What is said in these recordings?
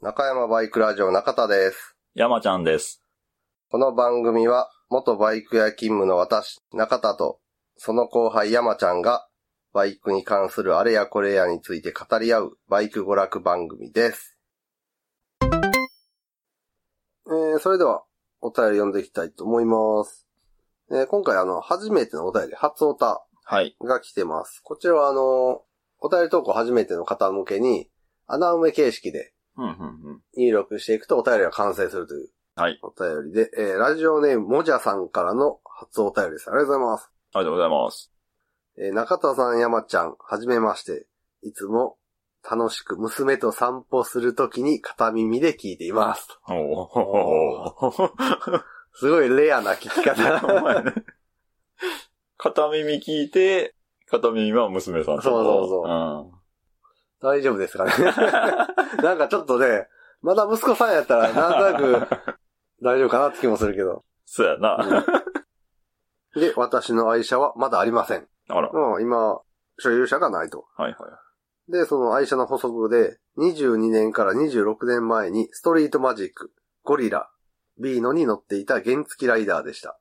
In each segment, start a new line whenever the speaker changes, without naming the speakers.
中山バイクラジオ中田です。
山ちゃんです。
この番組は、元バイク屋勤務の私、中田と、その後輩山ちゃんが、バイクに関するあれやこれやについて語り合う、バイク娯楽番組です。えー、それでは、お便り読んでいきたいと思います。えー、今回あの、初めてのお便り、初おた
はい。
が来てます。こちらはあの、お便り投稿初めての方向けに、穴埋め形式で
うん、うん、
入力していくとお便りが完成するという。
はい
お便りで、えー、ラジオネームもじゃさんからの初お便りです。ありがとうございます。
ありがとうございます。
えー、中田さん、山ちゃん、はじめまして。いつも楽しく娘と散歩するときに片耳で聞いています。
おお。
すごいレアな聞き方。
お前ね。片耳聞いて、片耳は娘さんと。
そうそうそう大丈夫ですかね なんかちょっとね、まだ息子さんやったらなんとなく
く。
大丈夫かなって気もするけど。
そうやな。
で、私の愛車はまだありません。
あら。
うん、今、所有者がないと。
はいはい。
で、その愛車の補足で、22年から26年前にストリートマジック、ゴリラ、ビーノに乗っていた原付ライダーでした。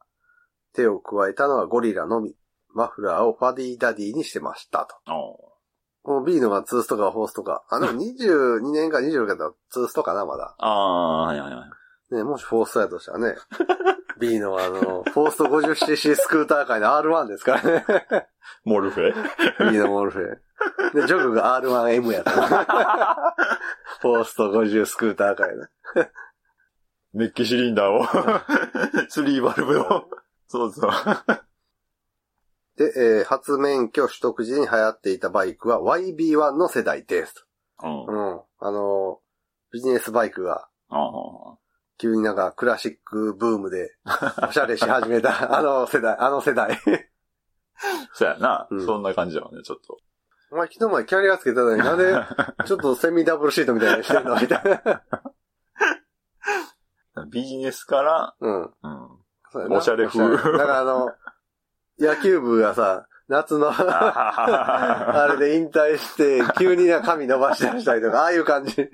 手を加えたのはゴリラのみ。マフラーをファディダディにしてましたと。
お
このビーノがツースとかフォースとか。あ、でも22年から26年だったらツースとかな、まだ。
ああー、はいはいはい。
ね、もしフォースだとしたらね。ビーノはあの、フォースト 50cc スクーター界の R1 ですからね。
モルフェ
ビーノモルフェ。で、ジョグが R1M やった。フォースト50スクーター界の。
メッキシリンダー を。スリーバルブを。そうそう。
で、えー初免許取得時に流行っていたバイクは YB1 の世代です。
うん。
うん。あのービジネスバイクが
あ
急になんかクラシックブームでおしゃれし始め た、あの世代、あの世代。
ーそうやな。
うん
そんな感じだよね、ちょっと。
お前昨日までキャリアつけてた のになんでちょっとセミダブルシートみたいなのしてんのみたいな。
ビジネスから、
うん。
うん。
そうやな
おしゃれ風
おしゃれなんかあの、野球部がさ、夏 の あれで引退して、急にな髪伸ばし出したりとか、ああいう感 じ。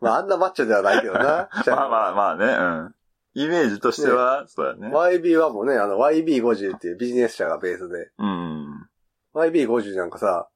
まあ、あんなマッチョではないけどな。
まあまあまあね、うん。イメージとしては、そうだね。
YB はもうね、あの YB50 っていうビジネス車がベースで、
うん。
YB50 なんかさ、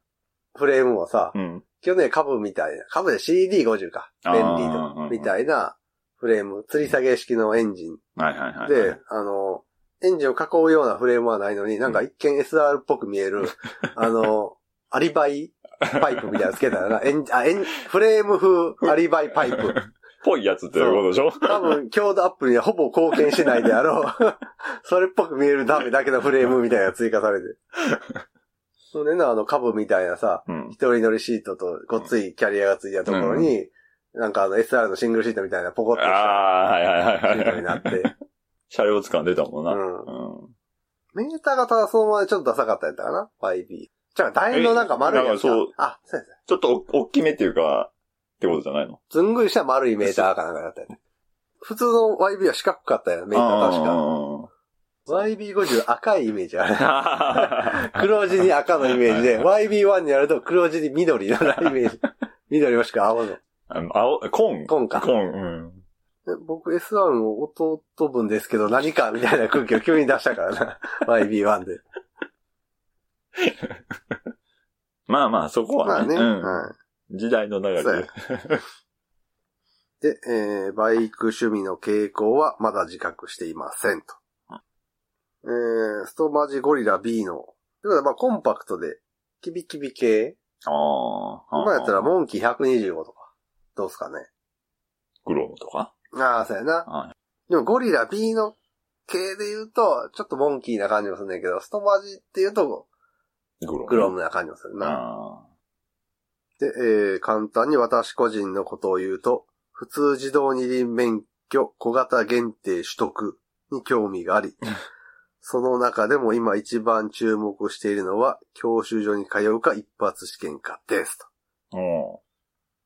フレームもさ、
うん。
去年株みたいな、株で CD50 か、ベンディ
あーうんう
ー
ん
と、みたいなフレーム、吊り下げ式のエンジン
はいはいはい。
で、、あの、エンジンを囲うようなフレームはないのに、なんか一見 SR っぽく見え る、あの、アリバイパイプみたいなのつけたらな、エンあエンフレーム風アリバイパイプ。
ぽいやつってことでしょ
多分、強度アップにはほぼ貢献してないであろう。 それっぽく見えるためだけのフレームみたいなのが追加されて。それな、あの、カブみたいなさ、
うん
一。人乗りシートとごっついキャリアがついたところに、なんかあの SR のシングルシートみたいなポコッと
あ
した
あ、はいは
シ
い
ー
は
ト
い
に
は
ないっ。て。
車両感出たもんな。
うん
うん。
メーターがただそのままでちょっとダサかったやったかな ?YB。じゃあ、楕円のなんか丸いやつか
えなんかそう
あ、そうですね。
ちょっとお、大きめっていうか、ってことじゃないの
ずんぐりした丸いメーターかなんかだったよね。普通の YB は四角かったよね、メーター確か。YB50 赤いイメージある。
確
黒地に赤のイメージで、YB1 にやると黒地に緑のイメー ジ。緑もしくは青の。
青、コン。
コンか
コン、うん。
で僕 S1 の弟分ですけど何かみたいな空気を急に出したからな。YB1 で。
まあまあ、そこ
ま
は
あ
ね。
ね。
うん
はい
時代の流れ
そう
で
や。で、えー、バイク趣味の傾向はまだ自覚していませんと。えー、ストマジゴリラ B の。ということは、まあ、コンパクトで、キビキビ系。
ああ。
今やったら、モンキー125とか。どうすかね。
グローとか
ああ、そうや
は
な。でも、ゴリラ B の系で言うと、ちょっとモンキーな感じもするんだけど、ストマジって言うと、
グロー。
グロムな感じもするな。
あ
で、えー簡単に私個人のことを言うと、普通自動二輪免許小型限定取得に興味があり、その中でも今一番注目しているのは、教習所に通うか一発試験かですと。
あ。うん。っ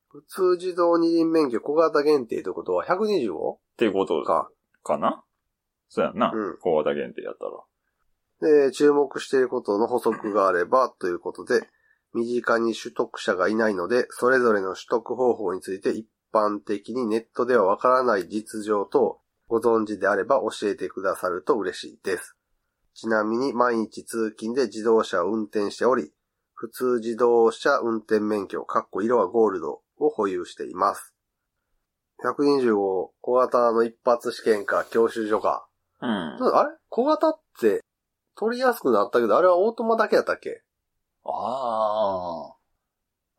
普通自動二輪免許小型限定ということは 125?
ていうこと
か。
かなそうやんな。
うん
小型限定やったら。
で、注目していることの補足があればということで、身近に取得者がいないので、それぞれの取得方法について一般的にネットではわからない実情等、ご存知であれば教えてくださると嬉しいです。ちなみに毎日通勤で自動車を運転しており、普通自動車運転免許、かっこ色はゴールドを保有しています。125、小型の一発試験か教習所か。
うん。
あれ小型って取りやすくなったけど、あれはオートマだけやったっけ
ああ。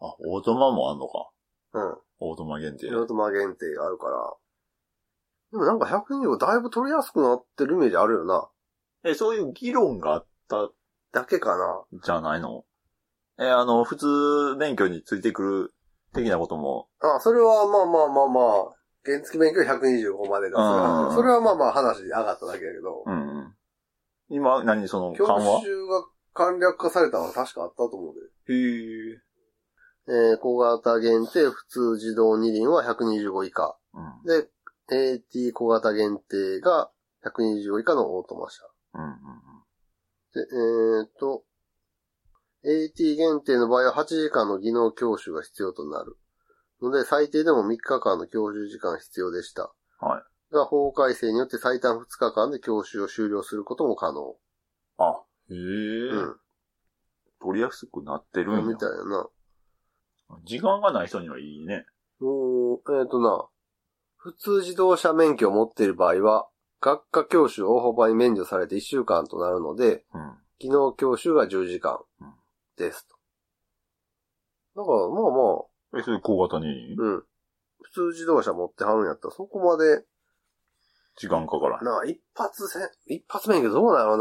あ、オートマもあんのか。
うん。
オートマ限定。
オートマ限定があるから。でもなんか125だいぶ取りやすくなってるイメージあるよな。
え、そういう議論があった
だけかな。
じゃないのえ、あの、普通免許についてくる的なことも、
あ、それはまあまあまあまあ、原付免許125までだ
う
か
ん
ら、それはまあまあ話で上がっただけだけど、
うんうん。今、何その、緩
教
和
習が簡略化されたのは確かあったと思うで。
へえ。
えー小型限定普通自動二輪は125以下。
うん。
で、AT 小型限定が125以下のオートマ車。
うんうん
で、えーっと、AT 限定の場合は8時間の技能教習が必要となる。ので、最低でも3日間の教習時間が必要でした。。
はい
が、法改正によって最短2日間で教習を終了することも可能。
あ、へえ、
うん。
取りやすくなってるん
み
や
たい。な。
時間がない人にはいいね。
おーえーっとな、普通自動車免許を持っている場合は、学科教習を大幅に免除されて1週間となるので、
うん。
技能教習が10時間
うん
ですと。だから、まあまあ、
え、それ小型に
うん。普通自動車持ってはるんやったら、そこまで、
時間かからん。
なあ、一発せん、一発免許どうなの